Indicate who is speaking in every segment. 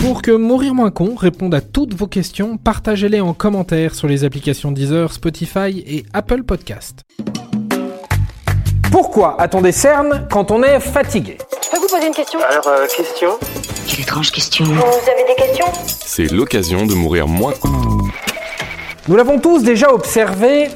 Speaker 1: Pour que Mourir Moins Con réponde à toutes vos questions, partagez-les en commentaire sur les applications Deezer, Spotify et Apple Podcast. Pourquoi a-t-on des cernes quand on est fatigué
Speaker 2: Je peux vous poser une question
Speaker 3: Alors, euh, question
Speaker 4: Quelle étrange question.
Speaker 2: Vous avez des questions
Speaker 5: C'est l'occasion de mourir moins.
Speaker 1: Nous l'avons tous déjà observé,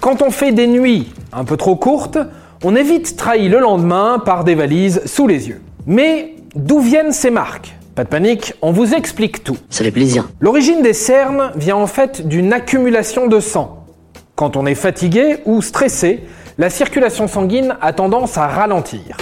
Speaker 1: quand on fait des nuits un peu trop courtes, on est vite trahi le lendemain par des valises sous les yeux. Mais d'où viennent ces marques Pas de panique, on vous explique tout.
Speaker 4: Ça fait plaisir.
Speaker 1: L'origine des cernes vient en fait d'une accumulation de sang. Quand on est fatigué ou stressé, la circulation sanguine a tendance à ralentir.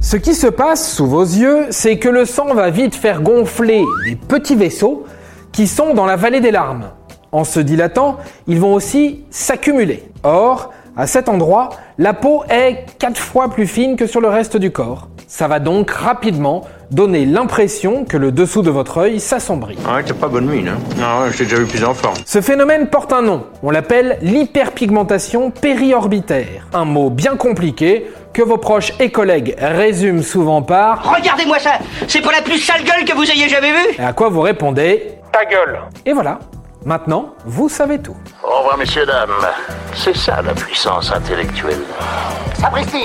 Speaker 1: Ce qui se passe sous vos yeux, c'est que le sang va vite faire gonfler des petits vaisseaux qui sont dans la vallée des larmes. En se dilatant, ils vont aussi s'accumuler. Or, à cet endroit, la peau est 4 fois plus fine que sur le reste du corps. Ça va donc rapidement donner l'impression que le dessous de votre œil s'assombrit.
Speaker 3: Ouais, t'as pas bonne mine, hein. Ah ouais, je t'ai déjà vu plus en forme.
Speaker 1: Ce phénomène porte un nom, on l'appelle l'hyperpigmentation périorbitaire. Un mot bien compliqué que vos proches et collègues résument souvent par
Speaker 6: Regardez-moi ça C'est pour la plus sale gueule que vous ayez jamais vue
Speaker 1: et à quoi vous répondez
Speaker 3: Ta gueule
Speaker 1: Et voilà, maintenant vous savez tout.
Speaker 7: Au revoir, messieurs, dames. C'est ça la puissance intellectuelle.
Speaker 6: Sapristi